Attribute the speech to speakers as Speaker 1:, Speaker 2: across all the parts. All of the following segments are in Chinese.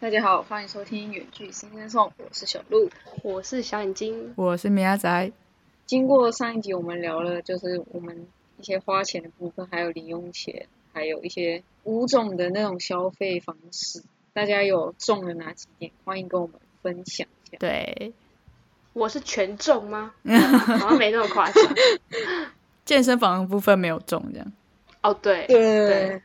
Speaker 1: 大家好，欢迎收听《远距新生颂》，我是小鹿。
Speaker 2: 我是小眼睛，
Speaker 3: 我是米阿仔，
Speaker 1: 经过上一集我们聊了，就是我们一些花钱的部分，还有零用钱，还有一些五种的那种消费方式，大家有中了哪几点？欢迎跟我们分享一下。
Speaker 3: 对，
Speaker 2: 我是全中 吗？好像没那么夸张。
Speaker 3: 健身房的部分没有中，这样
Speaker 2: 哦，对，
Speaker 1: 对，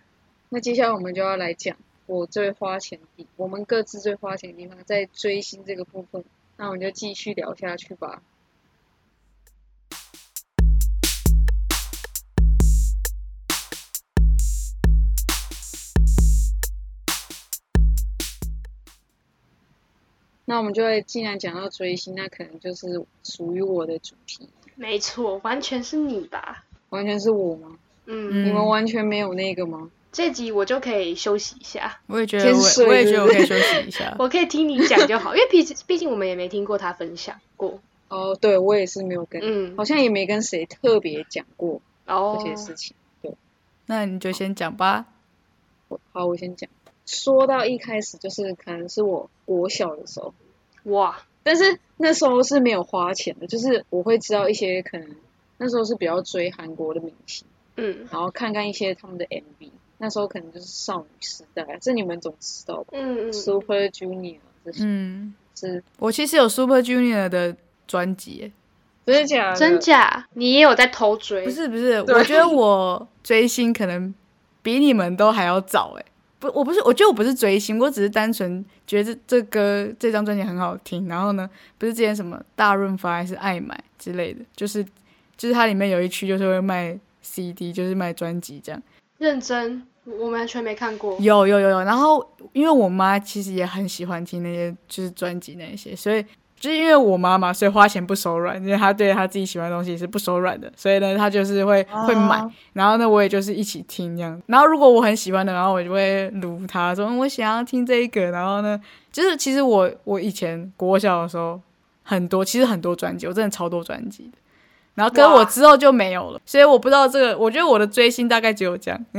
Speaker 1: 那接下来我们就要来讲我最花钱的地，我们各自最花钱的地方，在追星这个部分，那我们就继续聊下去吧。那我们就会，既然讲到追星，那可能就是属于我的主题，
Speaker 2: 没错，完全是你吧？
Speaker 1: 完全是我吗？
Speaker 2: 嗯，
Speaker 3: 嗯
Speaker 1: 你们完全没有那个吗？
Speaker 2: 这集我就可以休息一下，。
Speaker 3: 我也觉得
Speaker 1: 天
Speaker 3: 我
Speaker 1: 水
Speaker 3: 也，我也觉得我可以
Speaker 1: 对
Speaker 3: 休息一下
Speaker 2: 我可以听你讲就 好，因为毕竟毕竟我们也没听过他分享过。
Speaker 1: 哦，对我也是没有跟，
Speaker 2: 嗯，
Speaker 1: 好像也没跟谁特别讲过这
Speaker 2: 哦，
Speaker 1: 些事情。
Speaker 3: 那你就先讲吧。
Speaker 1: 我好，我先讲。说到一开始，就是可能是我国小的时候，
Speaker 2: 哇，
Speaker 1: 但是那时候是没有花钱的，就是我会知道一些可能那时候是比较追韩国的明星，
Speaker 2: 嗯
Speaker 1: 然后看看一些他们的 MV。那时候可能就是少女时代，这你们总知道吧、
Speaker 2: 嗯嗯
Speaker 1: s u p e r Junior 这些
Speaker 3: 嗯，
Speaker 1: 是
Speaker 3: 我其实有 Super Junior 的专辑耶，
Speaker 1: 真的假的？
Speaker 2: 真假？你也有在偷追？
Speaker 3: 不，是不是，
Speaker 1: 对
Speaker 3: 我觉得我追星可能比你们都还要早哎。不，我不是，我觉得我不是追星，我只是单纯觉得这这歌这张专辑很好听。然后呢，不是之前什么大润发还是爱买之类的，就是就是它里面有一区就是会卖 CD，就是卖专辑这样。
Speaker 2: 认真，我完全没看过。
Speaker 3: 有有有有，然后因为我妈其实也很喜欢听那些就是专辑那一些，所以就是因为我妈妈，所以花钱不手软，因为她对她自己喜欢的东西是不手软的，所以呢，她就是会会买，然后呢，我也就是一起听这样。然后如果我很喜欢的，然后我就会撸她说嗯我想要听这一个，然后呢，就是其实我我以前国小的时候很多，其实很多专辑，我真的超多专辑的。然后，跟
Speaker 2: 哇
Speaker 3: 我之后就没有了，所以我不知道这个。我觉得我的追星大概只有这样，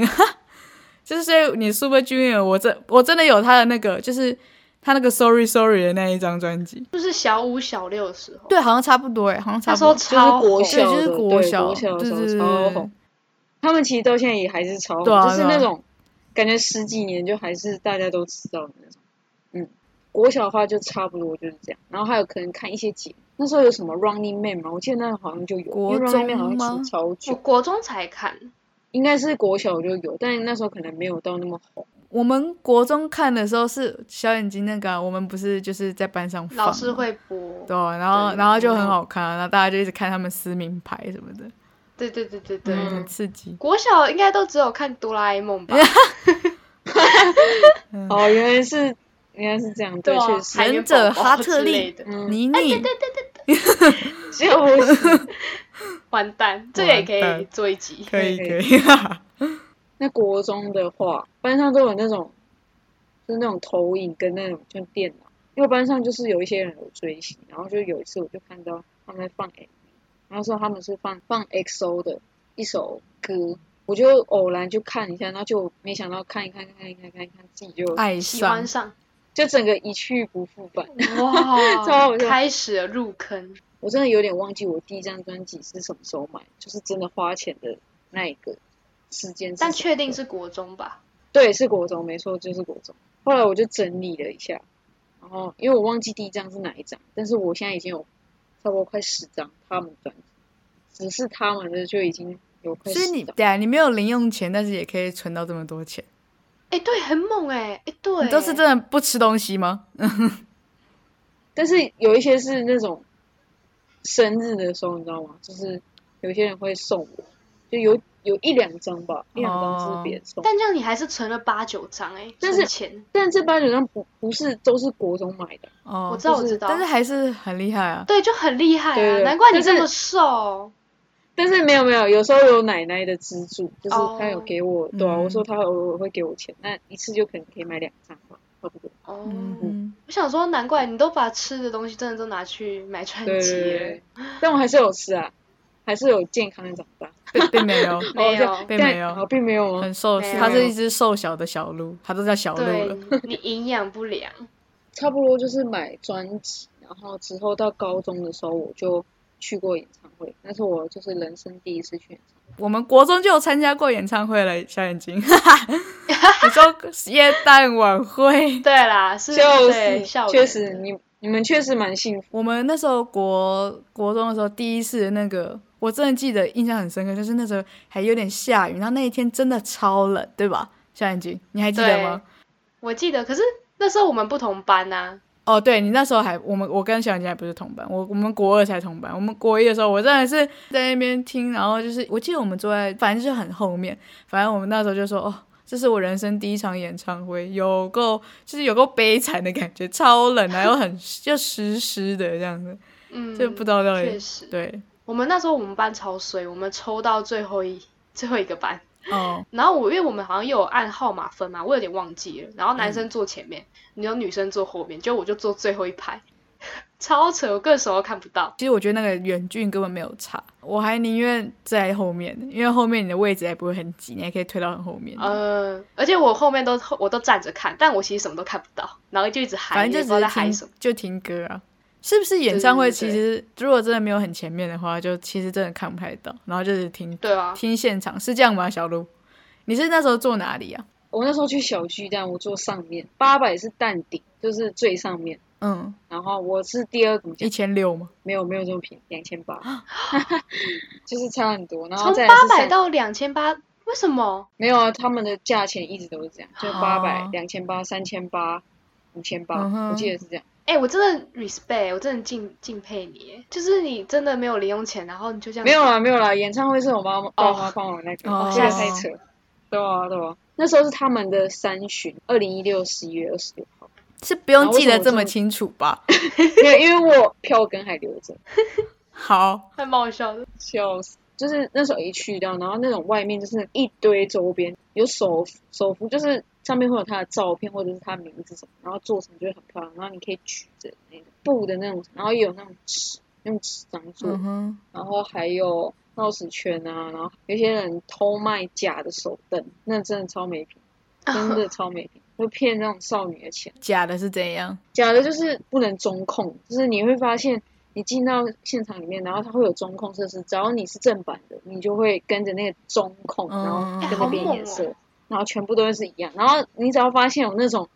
Speaker 3: 就是所以你 Super Junior，我真我真的有他的那个，就是他那个 Sorry Sorry 的那一张专辑，
Speaker 2: 就是小五小六的时候，
Speaker 3: 对，好像差不多哎，好像差
Speaker 2: 那
Speaker 3: 不
Speaker 2: 时候
Speaker 3: 多。
Speaker 1: 就是
Speaker 2: 超
Speaker 1: 国
Speaker 2: 红
Speaker 1: 小的，
Speaker 3: 对就是国
Speaker 1: 对
Speaker 3: 小
Speaker 1: 国小的时候
Speaker 3: 对对对
Speaker 1: 超
Speaker 3: 对对
Speaker 1: 红。他们其实到现在也还是超红，
Speaker 3: 对啊
Speaker 1: 就是
Speaker 3: 对啊
Speaker 1: 那种感觉十几年就还是大家都知道的那种。嗯，国小的话就差不多就是这样，然后还有可能看一些节目，那时候有什么 Running Man 嘛，我记得那好像就有，因
Speaker 3: 国
Speaker 1: 为 Running Man 好像
Speaker 3: 中吗
Speaker 1: 其实超
Speaker 2: 我
Speaker 1: 久，
Speaker 2: 国中才看，
Speaker 1: 应该是国小就有，但那时候可能没有到那么红。
Speaker 3: 我们国中看的时候是小眼睛那个啊、我们不是就是在班上放吗
Speaker 2: 老师会播。
Speaker 3: 对啊，然后
Speaker 2: 对
Speaker 3: 然后就很好看啊，然后大家就一直看他们撕名牌什么的，
Speaker 2: 对对对对对
Speaker 3: 对，
Speaker 1: 嗯
Speaker 3: 很刺激。
Speaker 2: 国小应该都只有看哆啦 A 梦吧？
Speaker 3: 嗯
Speaker 1: 哦，原来是原来是这样，对，
Speaker 2: 啊
Speaker 1: 确实，
Speaker 2: 海绵宝宝
Speaker 3: 忍者哈特利
Speaker 2: 之类的，
Speaker 1: 嗯，
Speaker 3: 妮妮，
Speaker 1: 就是
Speaker 2: 完蛋，这个也可以
Speaker 3: 完蛋
Speaker 2: 做一集。
Speaker 3: 可以
Speaker 1: 可
Speaker 3: 可
Speaker 1: 以
Speaker 3: 以，哈哈
Speaker 1: 那国中的话，班上都有那种，就是那种投影跟那种就电脑，因为班上就是有一些人有追星，然后就有一次我就看到他们在放 MV，然后说他们是放放 XO 的一首歌，我就偶然就看一下，然后就没想到看一看看一看看一看，自己就
Speaker 3: 爱
Speaker 2: 喜欢
Speaker 3: 上
Speaker 2: 上
Speaker 1: 就整个一去不复返。 超
Speaker 2: 哇
Speaker 1: 好，笑
Speaker 2: 开始了入坑，
Speaker 1: 我真的有点忘记我第一张专辑是什么时候买，就是真的花钱的那一个时间是什么时候。
Speaker 2: 但确定是国中吧？
Speaker 1: 对，是国中，没错，就是国中。后来我就整理了一下，然后因为我忘记第一张是哪一张，但是我现在已经有差不多快十张他们专辑，只是他们的就已经有快
Speaker 3: 所以
Speaker 1: 十
Speaker 3: 你
Speaker 1: 张。
Speaker 3: 对啊，你没有零用钱，但是也可以存到这么多钱，
Speaker 2: 哎，对，很猛哎，哎，对，
Speaker 3: 你都是真的不吃东西吗？
Speaker 1: 但是有一些是那种生日的时候，你知道吗？就是有些人会送我，就有有一两张吧，一两
Speaker 3: 哦
Speaker 1: 张是别人送。
Speaker 2: 但这样你还是存了八九张哎，
Speaker 1: 但是
Speaker 2: 存钱，
Speaker 1: 但这八九张不不是都是国中买的，
Speaker 3: 哦，
Speaker 2: 我知道
Speaker 1: 就
Speaker 2: 我
Speaker 1: 是
Speaker 2: 知道
Speaker 3: 但，是还是很厉害啊。
Speaker 2: 对，就很厉害
Speaker 1: 对
Speaker 2: 啊，
Speaker 1: 对
Speaker 2: 难怪你
Speaker 1: 但是
Speaker 2: 这么瘦。
Speaker 1: 但是没有没有，有时候有奶奶的资助，就是她有
Speaker 2: 哦
Speaker 1: 给我，对啊，
Speaker 3: 嗯
Speaker 1: 我说她偶尔会给我钱，那一次就可能可以买两张吧，差不多。
Speaker 2: 哦，
Speaker 3: 嗯，
Speaker 2: 我想说，难怪你都把吃的东西真的都拿去买专
Speaker 1: 对对
Speaker 2: 辑
Speaker 1: 对
Speaker 2: 了
Speaker 1: 对。但我还是有吃啊，还是有健康的长大。
Speaker 3: 并并没有，
Speaker 2: 没有
Speaker 1: 哦
Speaker 3: 并没有
Speaker 1: 哦，并没有吗？
Speaker 3: 很瘦，
Speaker 2: 没有
Speaker 3: 它是一只瘦小的小鹿，它都叫小鹿
Speaker 2: 对
Speaker 3: 了。
Speaker 2: 你营养不良，
Speaker 1: 差不多就是买专辑，然后之后到高中的时候我就去过演唱会，那是我就是人生第一次去演唱会。
Speaker 3: 我们国中就有参加过演唱会了，小眼 睛，你说耶诞晚会，
Speaker 2: 对啦，是
Speaker 1: 就是
Speaker 2: 对校园
Speaker 1: 确实你你们确实蛮幸福，
Speaker 3: 我们那时候国国中的时候第一次那个，我真的记得印象很深刻，就是那时候还有点下雨，然后那一天真的超冷，对吧？小眼睛，你还记得
Speaker 2: 对
Speaker 3: 吗？
Speaker 2: 我记得，可是那时候我们不同班呐、
Speaker 3: 哦，对你那时候还我们我跟小眼睛还不是同班，我我们国二才同班。我们国一的时候，我真的是在那边听，然后就是我记得我们坐在反正就是很后面，反正我们那时候就说哦，这是我人生第一场演唱会，有够就是有够悲惨的感觉，超冷，然后很就湿湿的这样子，
Speaker 2: 嗯，
Speaker 3: 就不知道到底、
Speaker 2: 确实，
Speaker 3: 对
Speaker 2: 我们那时候我们班超衰，我们抽到最后一最后一个班，
Speaker 3: 哦
Speaker 2: 然后我因为我们好像有按号码分嘛，我有点忘记了。然后
Speaker 3: 嗯
Speaker 2: 男生坐前面，你有女生坐后面，就我就坐最后一排， 超扯，我各手都看不到。
Speaker 3: 其实我觉得那个远距根本没有差，我还宁愿在后面，因为后面你的位置还不会很挤，你还可以推到很后面。
Speaker 2: 呃，而且我后面都我都站着看，但我其实什么都看不到，然后就一直喊，
Speaker 3: 反
Speaker 2: 也
Speaker 3: 正
Speaker 2: 不
Speaker 3: 就
Speaker 2: 知道
Speaker 3: 只
Speaker 2: 在
Speaker 3: 是
Speaker 2: 喊什
Speaker 3: 听
Speaker 2: 么。
Speaker 3: 就听歌啊。是不是演唱会
Speaker 2: 对对
Speaker 3: 其
Speaker 2: 对
Speaker 3: 实如果真的没有很前面的话，就其实真的看不太到，然后就是听
Speaker 2: 对啊，
Speaker 3: 听现场是这样吗？小鹿，你是那时候坐哪里啊？
Speaker 1: 我那时候去小巨蛋，我坐上面，八百是蛋顶，就是最上面。
Speaker 3: 嗯，
Speaker 1: 然后我是第二，
Speaker 3: 一千六吗？
Speaker 1: 没有没有这么便宜，两千八，
Speaker 3: 啊
Speaker 1: 就是差很多。然后
Speaker 2: 从
Speaker 1: 再来
Speaker 2: 八
Speaker 1: 是
Speaker 2: 百
Speaker 1: 三
Speaker 2: 到两千八，为什么？
Speaker 1: 没有啊，他们的价钱一直都是这样，就
Speaker 3: 哦
Speaker 1: 八百、两千八、三千八、五千八
Speaker 3: 嗯，哼
Speaker 1: 我记得是这样。
Speaker 2: 哎、我真的 respect，我真的敬敬佩你耶，就是你真的没有零用钱，然后你就这样
Speaker 1: 没有啊啦，没有啦，演唱会是我妈妈
Speaker 2: 哦
Speaker 1: 爸妈帮我那个，
Speaker 3: 哦
Speaker 1: 这个太扯。对啊，对啊，那时候是他们的三巡，二零一六十一月二十六号，
Speaker 3: 是不用
Speaker 1: 啊为
Speaker 3: 记
Speaker 1: 什
Speaker 3: 得
Speaker 1: 么
Speaker 3: 这
Speaker 1: 这
Speaker 3: 么
Speaker 1: 么
Speaker 3: 清楚吧？
Speaker 1: 因为因为我票根还留着，
Speaker 3: 好，
Speaker 2: 太爆笑了。
Speaker 1: 笑死。就是那时候一去到，然后那种外面就是一堆周边，有手幅手幅，就是上面会有他的照片或者是他名字什么，然后做成就会很漂亮，然后你可以举着那个布的那种，然后也有那种纸，用纸张做的
Speaker 3: 嗯哼，
Speaker 1: 然后还有钥匙圈啊，然后有些人偷卖假的手灯，那真的超没品，
Speaker 3: 啊
Speaker 1: 真 的超没品，会骗那种少女的钱。
Speaker 3: 假的是怎样？
Speaker 1: 假的就是不能中控，就是你会发现你进到现场里面，然后它会有中控设施，只要你是正版的，你就会跟着那个中控，
Speaker 3: 嗯
Speaker 1: 然后跟着变颜
Speaker 2: 哎好
Speaker 1: 色，
Speaker 2: 猛
Speaker 1: 然后全部都会是一样。然后你只要发现有那种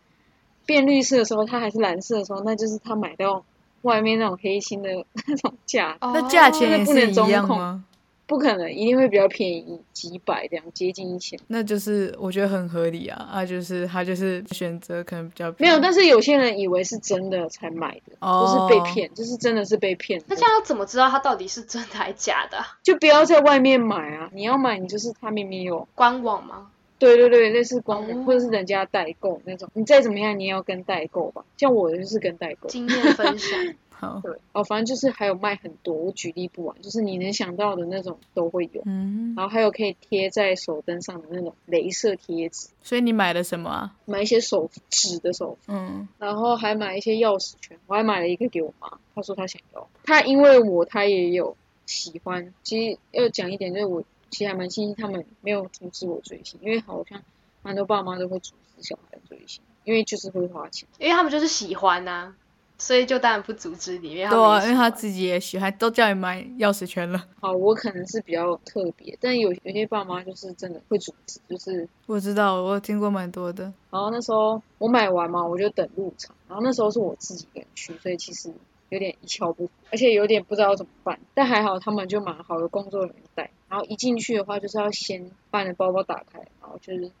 Speaker 1: 变绿色的时候，它还是蓝色的时候，那就是他买到外面那种黑心的那种假
Speaker 2: 哦
Speaker 1: 的。
Speaker 3: 那价钱也
Speaker 1: 真的不
Speaker 3: 是
Speaker 1: 能中
Speaker 3: 一样
Speaker 1: 控
Speaker 3: 吗？
Speaker 1: 不可能，一定会比较便宜，几百这样，接近一
Speaker 2: 嗯
Speaker 1: 千。
Speaker 3: 那就是我觉得很合理啊啊，就是他就是选择可能比较
Speaker 1: 没有，但
Speaker 3: 是
Speaker 1: 是有些人以为是真的才买的，
Speaker 3: 哦
Speaker 1: 不是被骗，就是真的是被骗的。
Speaker 2: 那这样要怎么知道它到底是真的还假的啊、
Speaker 1: 就不要在外面买啊！你要买，你就是他明明有，
Speaker 2: 官网吗？
Speaker 1: 对对对，类似官网、
Speaker 2: 哦
Speaker 1: 或者是人家代购那种，你再怎么样你也要跟代购吧。像我就是跟代购，
Speaker 2: 经验 分享，
Speaker 3: 好，
Speaker 1: 对哦，反正就是还有卖很多，我举例不完，就是你能想到的那种都会有。
Speaker 3: 嗯，
Speaker 1: 然后还有可以贴在手灯上的那种镭射贴纸，
Speaker 3: 所以你买了什么啊？
Speaker 1: 买一些手纸的手
Speaker 3: 嗯，
Speaker 1: 然后还买一些钥匙圈，我还买了一个给我妈，她说她想要。她因为我，她也有喜欢。其实要讲一点，就是我其实还蛮庆幸他们没有阻止我追星，因为好像蛮多爸妈都会阻止小孩追星，因为就是会花钱。
Speaker 2: 因为他们就是喜欢呐、所以就当然不阻止你，因为他
Speaker 3: 对
Speaker 2: 们也
Speaker 3: 啊，
Speaker 2: 喜
Speaker 3: 因
Speaker 2: 欢
Speaker 3: 为他自己也喜欢，都叫你买钥匙圈了。
Speaker 1: 好，我可能是比较特别，但有有些爸妈就是真的会阻止，就是。
Speaker 3: 我知道，我有听过蛮多 的。
Speaker 1: 然后那时候我买完嘛，我就等入场。然后那时候是我自己一个人去，所以其实有点一窍不通，而且有点不知道怎么办。但还好他们就蛮好的工作人员带。然后一进去的话，就是要先把你的包包打开，然后就是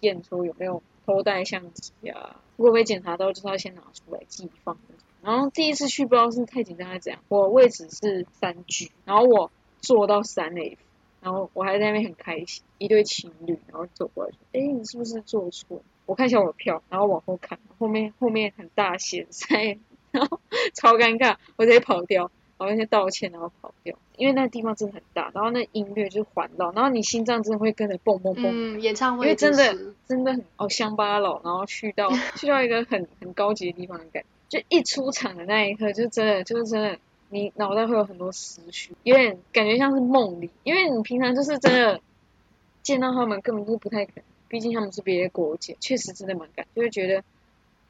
Speaker 1: 验出有没有偷带相机啊，如果被检查到，就是要先拿出来寄放那种。然后第一次去不知道是太紧张还是怎样，我位置是三 G，然后我坐到三 A，然后我还在那边很开心，一对情侣然后走过来说：“哎，你是不是坐错？”我看一下我的票，然后往后看，后面后面很大显塞，然后 超尴尬，我直接跑掉，然后先道歉，然后跑掉，因为那地方真的很大，然后那音乐就环绕，然后你心脏真的会跟着蹦蹦蹦
Speaker 2: 嗯，演唱
Speaker 1: 因
Speaker 2: 会
Speaker 1: 为真
Speaker 2: 就
Speaker 1: 的
Speaker 2: 是
Speaker 1: 真的很哦乡巴佬，然后去到去到一个很很高级的地方的感觉，就一出场的那一刻，就真的就是真的你脑袋会有很多思绪，有点感觉像是梦里，因为你平常就是真的见到他们根本就是不太可能，毕竟他们是别的国家，确实真的蛮感，就会觉得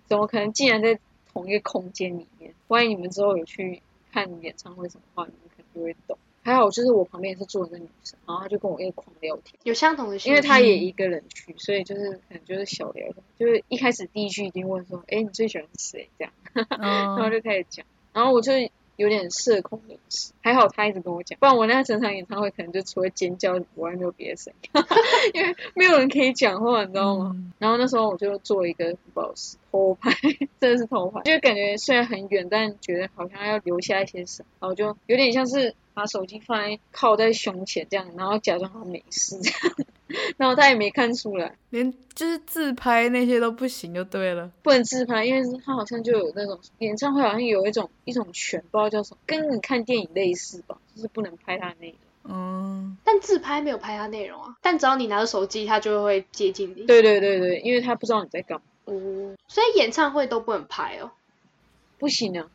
Speaker 1: 怎么可能竟然在同一个空间里面？万一你们之后有去看演唱会什么的话，你们可能就会懂。还好就是我旁边也是坐着那女生，然后她就跟我一直狂聊天，
Speaker 2: 有相同的兴趣，
Speaker 1: 因为她也一个人去，所以就是可能就是小聊，就是一开始第一句一定问说，哎，你最喜欢谁？这样，然后
Speaker 3: 嗯，
Speaker 1: 就开始讲，然后我就有点社恐人士，还好他一直跟我讲，不然我那整场演唱会可能就除了尖叫以外没有别的声音， 因为没有人可以讲话，你知道吗？
Speaker 3: 嗯
Speaker 1: 然后那时候我就做一个不好意思偷拍，真的是偷拍，就感觉虽然很远，但觉得好像要留下一些什么，然后就有点像是把手机放在靠在胸前这样，然后假装好像没事这样， 然后他也没看出来。
Speaker 3: 连就是自拍那些都不行就对了。
Speaker 1: 不能自拍，因为他好像就有那种演唱会，好像有一种一种权，不知道叫什么，跟你看电影类似吧，就是不能拍他的内容。
Speaker 3: 嗯，
Speaker 2: 但自拍没有拍它内容啊。但只要你拿着手机，它就会接近你。
Speaker 1: 对对对对，因为他不知道你在干嘛，
Speaker 2: 哦，所以演唱会都不能拍哦。
Speaker 1: 不行啊，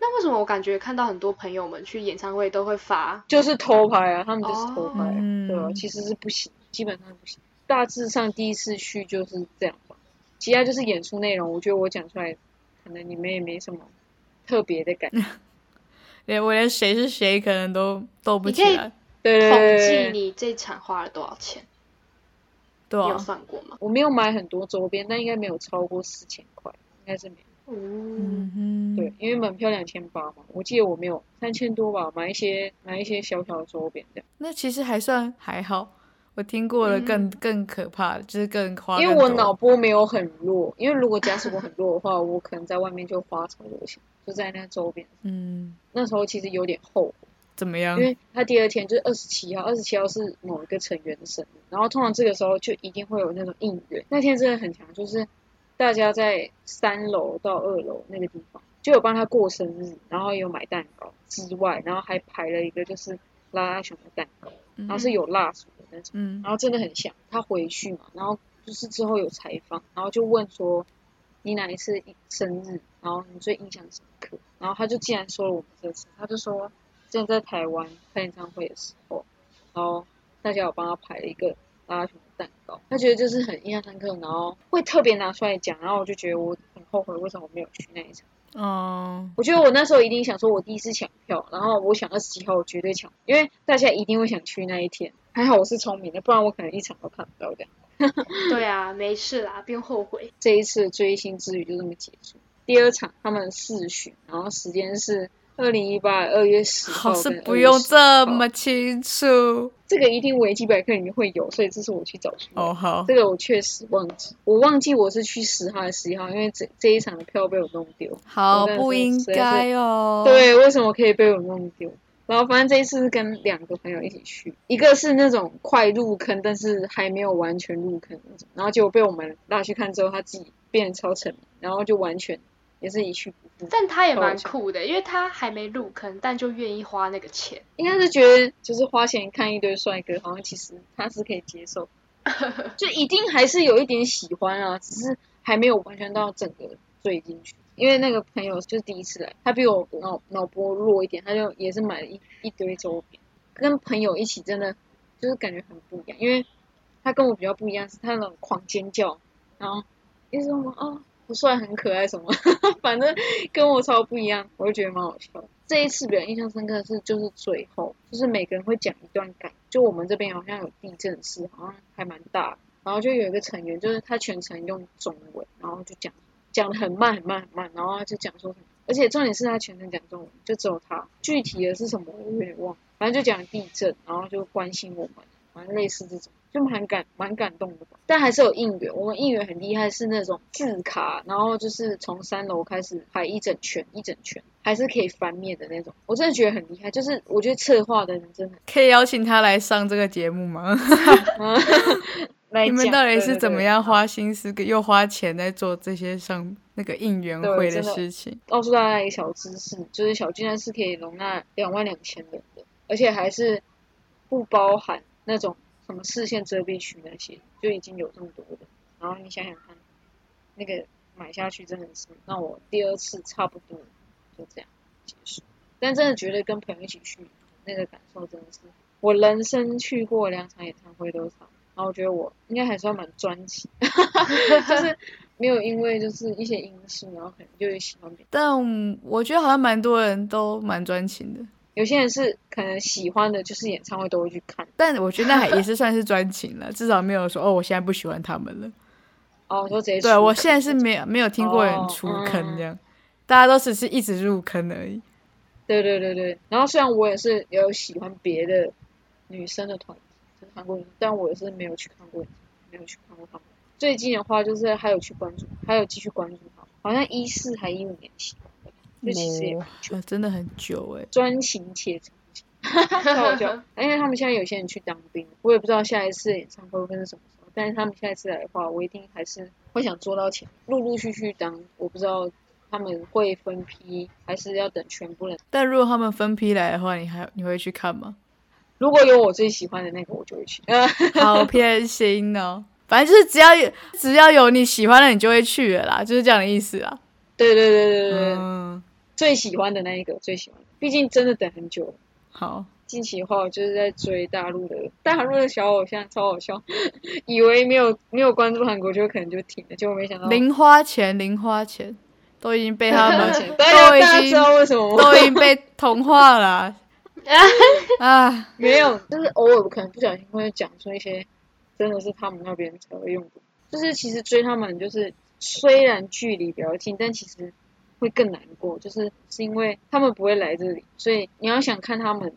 Speaker 2: 那为什么我感觉看到很多朋友们去演唱会都会发？
Speaker 1: 就是偷拍啊，他们就是偷拍、啊，
Speaker 3: 哦
Speaker 1: 对吧？
Speaker 3: 嗯
Speaker 1: 其实是不行，基本上不行。大致上第一次去就是这样吧，其他就是演出内容，我觉得我讲出来，可能你们也没什么特别的感觉。
Speaker 3: 连我连谁是谁可能都斗不
Speaker 2: 你
Speaker 3: 起
Speaker 2: 可以
Speaker 3: 来，
Speaker 1: 对对
Speaker 2: 统
Speaker 1: 对
Speaker 2: 计
Speaker 1: 对对，
Speaker 2: 你这场花了多少钱？
Speaker 3: 对
Speaker 2: 你
Speaker 3: 啊
Speaker 2: 有，算过吗？
Speaker 1: 我没有买很多周边，但应该没有超过四千块，应该是没有。
Speaker 2: 哦，
Speaker 3: 嗯哼，
Speaker 1: 对，因为门票两千八嘛，我记得我没有三千多吧，买一些买一些小小的周边这样。
Speaker 3: 那其实还算还好。我听过了更、更可怕的，就是更夸
Speaker 1: 嗯
Speaker 3: 张。
Speaker 1: 因为我脑波没有很弱，因为如果假使我很弱的话，我可能在外面就花超多钱，就在那周边。
Speaker 3: 嗯，
Speaker 1: 那时候其实有点后悔，
Speaker 3: 怎么样
Speaker 1: 因？为他第二天就是二十七号，二十七号是某一个成员的生日，然后通常这个时候就一定会有那种应援。那天真的很强，就是大家在三楼到二楼那个地方，就有帮他过生日，然后有买蛋糕之外，然后还排了一个就是拉拉熊的蛋糕。
Speaker 3: 嗯
Speaker 1: 然后是有蜡烛的那种，
Speaker 3: 嗯
Speaker 1: 然后真的很像。他回去嘛，然后就是之后有采访，然后就问说你哪一次生日，然后你最印象深刻？然后他就竟然说了我们这次，他就说之前在台湾开演唱会的时候，然后大家有帮他排了一个拉熊蛋糕，他觉得就是很印象深刻，然后会特别拿出来讲，然后我就觉得我很后悔为什么我没有去那一场。
Speaker 3: 哦，
Speaker 1: 我觉得我那时候一定想说，我第一次抢票，然后我想二十七号我绝对抢，因为大家一定会想去那一天。还好我是聪明的，不然我可能一场都看不到的。
Speaker 2: 对啊，没事啦，不用后悔。
Speaker 1: 这一次的追星之旅就这么结束。第二场他们四巡，然后时间是二零一八二月十号
Speaker 3: 好
Speaker 1: 跟2月10
Speaker 3: 是
Speaker 1: 号。
Speaker 3: 不用这么清楚
Speaker 1: 这个一定维基百科里面会有，所以这是我去找出来的
Speaker 3: 哦。好，
Speaker 1: 这个我确实忘记，我忘记我是去十号还是十一号，因为这这一场的票被我弄丢。
Speaker 3: 好
Speaker 1: 我那时候
Speaker 3: 不应该哦。，
Speaker 1: 对，为什么可以被我弄丢？然后反正这一次是跟两个朋友一起去，一个是那种快入坑，但是还没有完全入坑那种，然后结果被我们拉去看之后，他自己变得超沉迷，然后就完全也是一去不复。
Speaker 2: 但他也蛮酷的，因为他还没入坑，但就愿意花那个钱。
Speaker 1: 应该是觉得就是花钱看一堆帅哥，好像其实他是可以接受，就一定还是有一点喜欢啊，只是还没有完全到整个醉进去。因为那个朋友就是第一次来，他比我脑脑波弱一点，他就也是买了一一堆周边，跟朋友一起真的就是感觉很不一样。因为他跟我比较不一样，是他那种狂尖叫，然后一直说哦不帅很可爱什么， 反正 跟我超不一样，我就觉得蛮好笑的。这一次比较印象深刻的是，就是最后，就是每个人会讲一段感，就我们这边好像有地震是好像还蛮大的，然后就有一个成员，就是他全程用中文，然后就讲讲的很慢很慢很慢，然后他就讲说什么，而且重点是他全程讲中文，就只有他，具体的是什么我有点忘了，反正就讲地震，然后就关心我们，反正类似这种。就蛮感蛮感动的吧，但还是有应援。我们应援很厉害，是那种字卡，然后就是从三楼开始排一整圈一整圈，还是可以翻面的那种。我真的觉得很厉害，就是我觉得策划的人真的
Speaker 3: 可以邀请他来上这个节目吗？
Speaker 1: 来
Speaker 3: 你们
Speaker 1: 讲
Speaker 3: 到底
Speaker 1: 对
Speaker 3: 是
Speaker 1: 对
Speaker 3: 怎么
Speaker 1: 对
Speaker 3: 样花心思跟又花钱在做这些上那个应援
Speaker 1: 对
Speaker 3: 会的
Speaker 1: 真的
Speaker 3: 事情？
Speaker 1: 告诉大家一个小知识，就是小巨蛋是可以容纳两万两千人的，而且还是不包含那种什么视线遮蔽区那些，就已经有这么多的。然后你想想看，那个买下去真的是让我第二次差不多就这样结束。但真的觉得跟朋友一起去，那个感受真的是我人生去过两场演唱会都场，然后我觉得我应该还算蛮专情， 就是没有因为就是一些因素，然后可能就喜欢别人。
Speaker 3: 但我觉得好像蛮多人都蛮专情的，
Speaker 1: 有些人是可能喜欢的，就是演唱会都会去看。
Speaker 3: 但我觉得那 还也是算是专情了，至少没有说哦，我现在不喜欢他们了。
Speaker 1: 哦，说直接
Speaker 3: 对啊
Speaker 1: 出
Speaker 3: 我
Speaker 1: 轨
Speaker 3: 现在是没有没有听过有人
Speaker 1: 哦
Speaker 3: 出坑
Speaker 1: 嗯
Speaker 3: 这样，大家都只是一直入坑而已。
Speaker 1: 对对对对，然后虽然我也是有喜欢别的女生的团体，就是韩国女生，但我也是没有去看过，没有去看过他们。最近的话就是还有去关注，还有继续关注他们，好像一四还一五年喜欢的，就其实也
Speaker 3: 哦呃真的很久哎、
Speaker 1: 专情且长情，超 好笑。因为他们现在有些人去当兵，我也不知道下一次演唱会会是什么时候，但是他们下一次来的话，我一定还是会想做到前面，陆陆续续当。我不知道他们会分批，还是要等全部人。
Speaker 3: 但如果他们分批来的话，你还你会去看吗？
Speaker 1: 如果有我最喜欢的那个，我就会去。
Speaker 3: 好偏心哦。反正就是只要有只要有你喜欢的，你就会去了啦，就是这样的意思啦。
Speaker 1: 对对对对对，对
Speaker 3: 嗯，
Speaker 1: 最喜欢的那一个，最喜欢的。毕竟真的等很久了。
Speaker 3: 好，
Speaker 1: 近期的话，我就是在追大陆的大陆的小偶像，超好笑。以为没有没有关注韩国，就可能就停了，结果没想到
Speaker 3: 零花钱零花钱都已经被他们
Speaker 1: 啊大家大
Speaker 3: 已
Speaker 1: 家知
Speaker 3: 经
Speaker 1: 道为什么吗？
Speaker 3: 都已经被同化了啊啊！
Speaker 1: 没有， 就是偶尔可能不小心会讲出一些真的是他们那边才会用的，就是其实追他们就是虽然距离比较近，但其实会更难过，就是是因为他们不会来这里，所以你要想看他们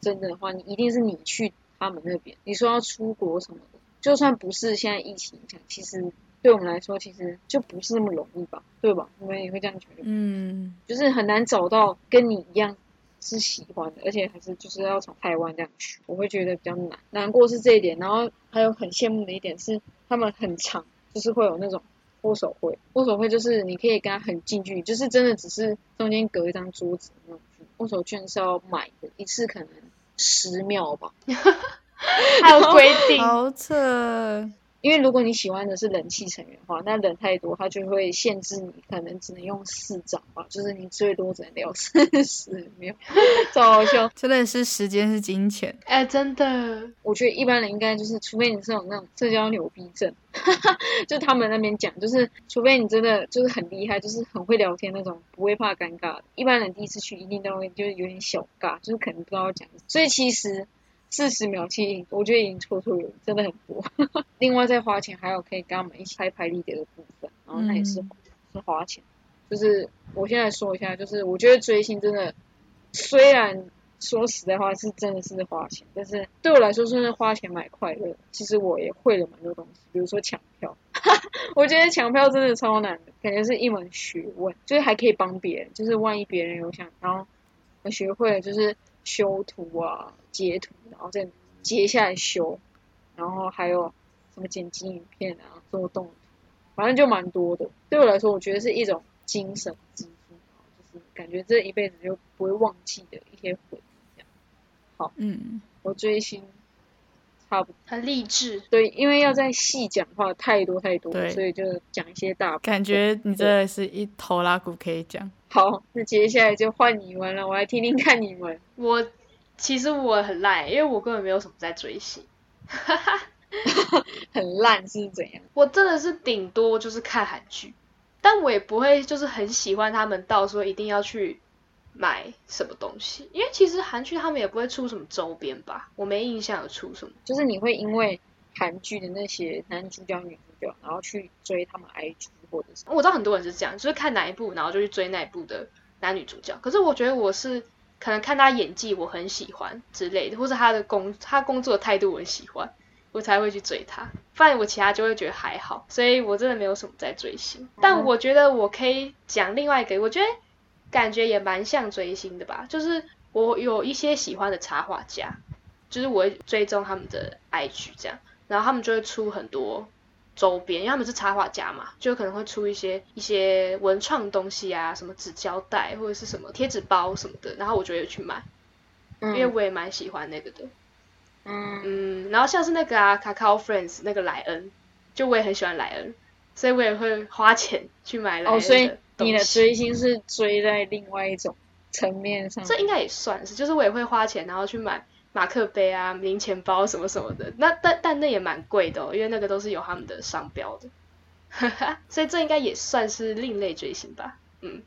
Speaker 1: 真的的话，你一定是你去他们那边。你说要出国什么的，就算不是现在疫情影响，其实对我们来说其实就不是那么容易吧，对吧？你们也会这样觉得吗？
Speaker 3: 嗯，
Speaker 1: 就是很难找到跟你一样是喜欢的，而且还是就是要从台湾这样去，我会觉得比较难。难过是这一点，然后还有很羡慕的一点是，他们很长，就是会有那种握手会，握手会就是你可以跟他很近距离，就是真的只是中间隔一张桌子那种距离。握手券是要买的，一次可能十秒吧，
Speaker 2: 还有规定，
Speaker 3: 好扯，
Speaker 1: 因为如果你喜欢的是人气成员的话，那人太多，他就会限制你，可能只能用四张吧，就是你最多只能聊 四十秒，超好笑。
Speaker 3: 真的是时间是金钱。
Speaker 2: 哎、真的，
Speaker 1: 我觉得一般人应该就是，除非你是有那种社交牛逼症， 就他们那边讲，就是除非你真的就是很厉害，就是很会聊天那种，不会怕尴尬的。一般人第一次去一定都会就是有点小尬，就是可能不知道要讲什么。所以其实四十秒其实我觉得已经绰绰有余，真的很多。 另外再花钱，还有可以跟他们一起拍拍立得的部分，然后那也是、
Speaker 3: 嗯
Speaker 1: 是花钱。就是我现在说一下，就是我觉得追星真的，虽然说实在话是真的是花钱，但是对我来说算是花钱买快乐。其实我也会了蛮多东西，比如说抢票， 我觉得抢票真的超难的，感觉是一门学问，就是还可以帮别人，就是万一别人有想，然后我学会了就是修图啊、截图，然后再截下来修，然后还有什么剪辑影片啊、做动图，反正就蛮多的。对我来说，我觉得是一种精神支柱，就是感觉这一辈子就不会忘记的一些回忆。
Speaker 3: 嗯，
Speaker 1: 我追星差不多，
Speaker 2: 很励志。
Speaker 1: 对，因为要再细讲话太多太多
Speaker 3: 对，
Speaker 1: 所以就讲一些大部分
Speaker 3: 感觉你真的是一头拉骨可以讲。
Speaker 1: 好。那接下来就换你们了，我来听听看你们。
Speaker 2: 我其实我很赖，因为我根本没有什么在追星，
Speaker 1: 很烂是怎样？
Speaker 2: 我真的是顶多就是看韩剧，但我也不会就是很喜欢他们到说一定要去买什么东西，因为其实韩剧他们也不会出什么周边吧，我没印象有出什么。
Speaker 1: 就是你会因为韩剧的那些男主角、女主角，然后去追他们 IG 或者是
Speaker 2: 我知道很多人是这样，就是看哪一部，然后就去追那一部的男女主角。可是我觉得我是可能看他演技我很喜欢之类的，或者他的工他工作的态度我很喜欢，我才会去追他。不然我其他就会觉得还好，所以我真的没有什么在追星。但我觉得我可以讲另外一个，我觉得感觉也蛮像追星的吧，就是我有一些喜欢的插画家，就是我会追踪他们的 IG 这样，然后他们就会出很多周边，因为他们是插画家嘛，就可能会出一些一些文创东西啊，什么纸胶带或者是什么贴纸包什么的，然后我就会去买，因为
Speaker 1: 嗯
Speaker 2: 我也蛮喜欢那个的。
Speaker 1: 嗯，
Speaker 2: 嗯，然后像是那个啊，Kakao Friends 那个莱恩，就我也很喜欢莱恩，所以我也会花钱去买莱
Speaker 1: 哦，
Speaker 2: 恩
Speaker 1: 所以
Speaker 2: 的
Speaker 1: 你的
Speaker 2: 东西。
Speaker 1: 追星是追在另外一种层面上，
Speaker 2: 这应该也算是，就是我也会花钱，然后去买马克杯啊、零钱包什么什么的。那但但那也蛮贵的、哦，因为那个都是有他们的商标的， 所以这应该也算是另类追星吧。嗯，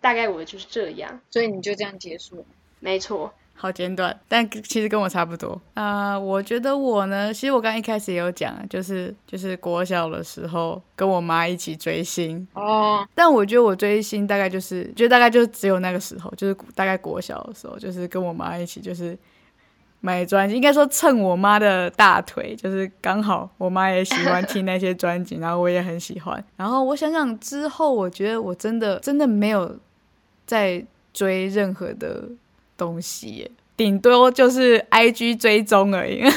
Speaker 2: 大概我就是这样，
Speaker 1: 所以你就这样结束了。
Speaker 2: 没错。
Speaker 3: 好简短，但其实跟我差不多。啊、我觉得我呢，其实我刚一开始也有讲，就是就是国小的时候跟我妈一起追星，
Speaker 1: 哦，
Speaker 3: 但我觉得我追星大概就是，就大概就只有那个时候，就是大概国小的时候，就是跟我妈一起，就是买专辑，应该说蹭我妈的大腿，就是刚好我妈也喜欢听那些专辑， 然后我也很喜欢。然后我想想之后，我觉得我真的真的没有在追任何的东西耶，顶多就是 I G 追踪而已。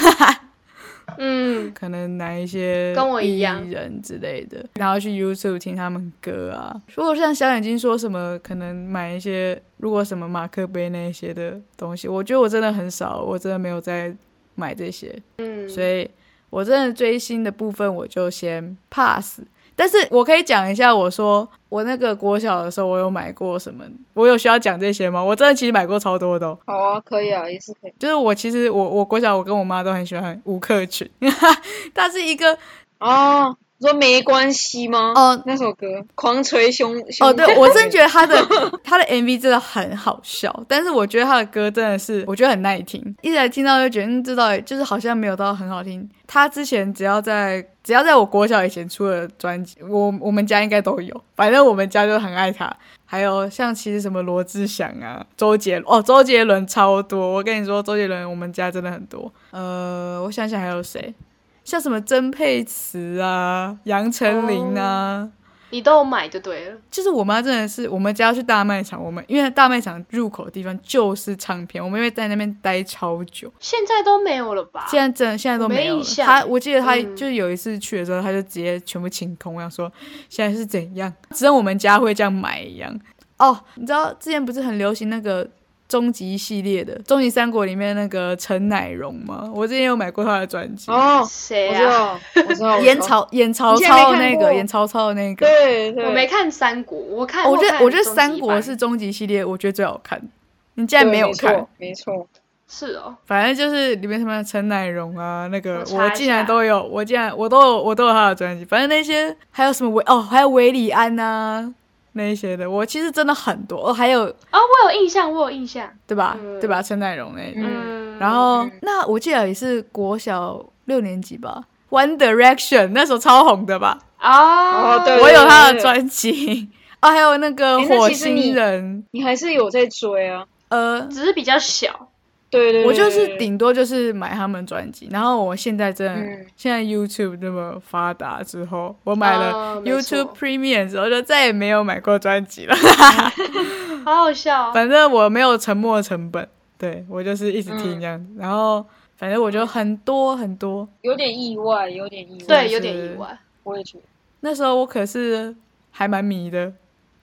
Speaker 2: 嗯，
Speaker 3: 可能拿一些
Speaker 2: 跟我一样
Speaker 3: 艺人之类的，然后去 YouTube 听他们歌啊。如果像小眼睛说什么，可能买一些如果什么马克杯那一些的东西，我觉得我真的很少，我真的没有在买这些，
Speaker 2: 嗯，
Speaker 3: 所以我真的追星的部分我就先 pass。但是我可以讲一下，我说我那个国小的时候，我有买过什么？我有需要讲这些吗？我真的其实买过超多的、哦，
Speaker 1: 好啊，可以啊，也是可以。
Speaker 3: 就是我其实我我国小我跟我妈都很喜欢吴克群， 他是一个
Speaker 1: 哦，你说没关系吗？
Speaker 3: 哦
Speaker 1: 那首歌狂捶胸胸
Speaker 3: 哦，对
Speaker 1: 口
Speaker 3: 我真的觉得他的他的 MV 真的很好笑，但是我觉得他的歌真的是我觉得很耐听，一来听到就觉得嗯，这到底就是好像没有到很好听。他之前只要在只要在我国小以前出的专辑，我我们家应该都有，反正我们家就很爱他。还有像其实什么罗志祥啊、周杰伦哦，周杰伦超多。我跟你说，周杰伦我们家真的很多。呃，我想想还有谁，像什么曾沛慈啊、杨丞琳啊。
Speaker 2: 你都有买就对了。
Speaker 3: 就是我妈真的是，我们只要去大卖场，我们因为大卖场入口的地方就是唱片，我们会在那边待超久。
Speaker 2: 现在都没有了吧？
Speaker 3: 现在真的现在都没有
Speaker 2: 我没
Speaker 3: 了
Speaker 2: 印。象
Speaker 3: 她我记得她
Speaker 2: 嗯
Speaker 3: 就是有一次去的时候，她就直接全部清空，我想说现在是怎样，只有我们家会这样买一样。哦，你知道之前不是很流行那个终极系列的《终极三国》里面那个陈乃荣吗？我之前有买过他的专辑，
Speaker 1: 哦，
Speaker 2: 谁
Speaker 1: 我知
Speaker 2: 啊？
Speaker 1: 道，我知道，我
Speaker 3: 演
Speaker 1: 知道，
Speaker 3: 曹演曹
Speaker 1: 你现在
Speaker 3: 操
Speaker 1: 没
Speaker 3: 的
Speaker 1: 看
Speaker 3: 那
Speaker 1: 过
Speaker 3: 个，演曹操的那个。
Speaker 1: 对对，
Speaker 2: 我没看三国，我看
Speaker 3: 哦我觉
Speaker 2: 看
Speaker 3: 得我觉得
Speaker 2: 终极
Speaker 3: 三国
Speaker 2: 版
Speaker 3: 是终极系列，我觉得最好看。你竟
Speaker 1: 对，
Speaker 3: 然没有
Speaker 1: 没
Speaker 3: 看
Speaker 1: 错，，没错，
Speaker 2: 是哦，
Speaker 3: 反正就是里面什么陈乃荣啊，那个
Speaker 2: 我查
Speaker 3: 我
Speaker 2: 一下
Speaker 3: 竟然都有，我竟然我都有我都有他的专辑。反正那些还有什么维哦，还有维里安呐、那一些的，我其实真的很多。哦，还有
Speaker 2: 哦，我有印象，我有印象。
Speaker 3: 对吧？
Speaker 2: 嗯
Speaker 3: 对吧？陈乃荣那一个。
Speaker 2: 嗯，
Speaker 3: 然后
Speaker 1: 嗯
Speaker 3: 那我记得也是国小六年级吧，One Direction 那时候超红的吧，
Speaker 2: 啊，
Speaker 1: 哦对
Speaker 3: 我有他的专辑。 哦，还有那个
Speaker 1: 诶那
Speaker 3: 火
Speaker 1: 其实你
Speaker 3: 星人，
Speaker 1: 你还是有在追啊，
Speaker 3: 呃，
Speaker 2: 只是比较小。
Speaker 1: 对对，对
Speaker 3: 我就是
Speaker 1: 对
Speaker 3: 顶多就是买他们专辑，然后我现在真的、
Speaker 1: 嗯
Speaker 3: 现在 YouTube 那么发达之后，我买
Speaker 2: 哦
Speaker 3: 了
Speaker 2: 没错
Speaker 3: YouTube Premium 之后，就再也没有买过专辑了。
Speaker 1: 哦
Speaker 2: 好好笑、哦。
Speaker 3: 反正我没有沉没成本，对我就是一直听
Speaker 1: 嗯
Speaker 3: 这样子。然后反正我就很多很多，
Speaker 1: 有点意外，有点意外，
Speaker 2: 对，
Speaker 3: 是
Speaker 2: 有点意外。
Speaker 1: 我也觉得
Speaker 3: 那时候我可是还蛮迷的，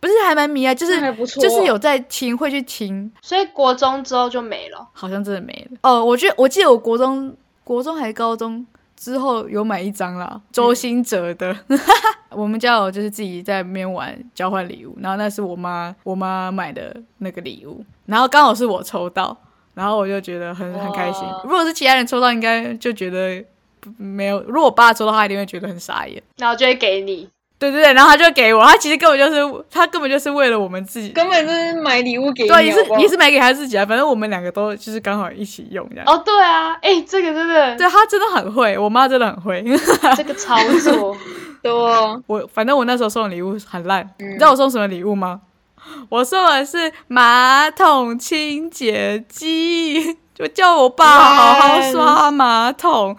Speaker 3: 不是还蛮迷啊，就是
Speaker 1: 那还不错
Speaker 3: 就是有在听，会去听，
Speaker 2: 所以国中之后就没了。
Speaker 3: 好像真的没了。哦，我觉得我记得我国中、国中还是高中之后有买一张啦，周兴哲的。 我们家有就是自己在那边玩交换礼物，然后那是我妈我妈买的那个礼物，然后刚好是我抽到，然后我就觉得很很开心
Speaker 1: 哇。
Speaker 3: 如果是其他人抽到，应该就觉得不没有。如果我爸抽到，他一定会觉得很傻眼。
Speaker 2: 然后就会给你，
Speaker 3: 对对对，然后他就给我，他其实根本就是他根本就是为了我们自己。
Speaker 1: 根本就是买礼物给你，
Speaker 3: 对，也是
Speaker 1: 好不好
Speaker 3: 也是买给他自己啊，反正我们两个都就是刚好一起用这样。
Speaker 2: 哦，对啊，哎、这个真的，
Speaker 3: 对啊他真的很会，我妈真的很会。
Speaker 2: 这个操作，
Speaker 1: 对哦，
Speaker 3: 我反正我那时候送的礼物很烂，
Speaker 2: 嗯
Speaker 3: 你知道我送什么礼物吗？我送的是马桶清洁机， 就叫我爸好好刷马桶。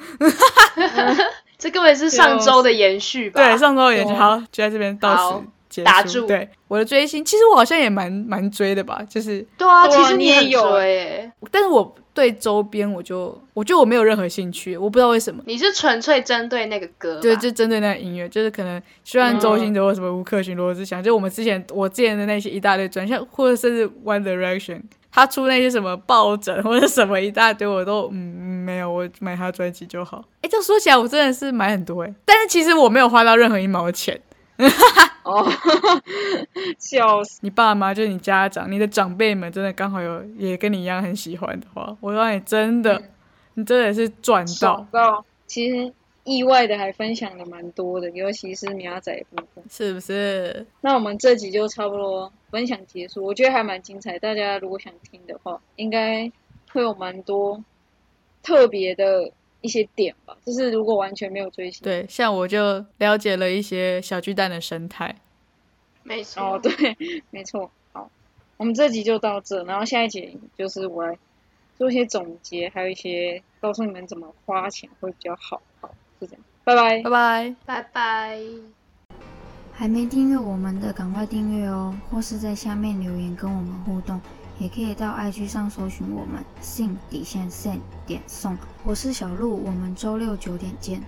Speaker 2: 这根本是上周的延续吧？
Speaker 3: 对，上周也
Speaker 1: 对
Speaker 3: 好，就在这边到
Speaker 2: 好
Speaker 3: 此结束。
Speaker 2: 打住
Speaker 3: 对，我的追星，其实我好像也蛮蛮追的吧，就是，
Speaker 2: 对啊，
Speaker 1: 对啊
Speaker 2: 其实
Speaker 1: 你
Speaker 2: 很
Speaker 1: 也有
Speaker 2: 追、哎
Speaker 3: 但是我对周边我就我觉得我没有任何兴趣，我不知道为什么。
Speaker 2: 你是纯粹针对那个歌吧，
Speaker 3: 对，就针对那个音乐，就是可能虽然周
Speaker 1: 嗯
Speaker 3: 星哲或什么吴克群、罗志祥，就我们之前我之前的那些一大堆专项，或者甚至 One Direction，他出那些什么抱枕或者什么一大堆，我都嗯嗯没有，我买他专辑就好。哎，这样说起来，我真的是买很多哎，但是其实我没有花到任何一毛钱。
Speaker 1: 哦， 笑死！
Speaker 3: 你爸妈就是你家长，你的长辈们真的刚好有也跟你一样很喜欢的话，我告诉你，真的，你真的是赚到
Speaker 1: 爽。到，其实意外的还分享的蛮多的，尤其是苗仔部嗯分。
Speaker 3: 是不是？
Speaker 1: 那我们这集就差不多分享结束，我觉得还蛮精彩。大家如果想听的话，应该会有蛮多特别的一些点吧。就是如果完全没有追星，
Speaker 3: 对，像我就了解了一些小巨蛋的生态。
Speaker 2: 没错。
Speaker 1: 哦，对，没错。好，我们这集就到这，然后下一集就是我来做一些总结，还有一些告诉你们怎么花钱会比较好。好，是这样，拜拜
Speaker 3: 拜。拜。
Speaker 2: 拜拜。
Speaker 4: 还没订阅我们的，赶快订阅哦，或是在下面留言跟我们互动，也可以到 IG 上搜寻我们信底线 s 点送。我是小鹿，我们周六九点见。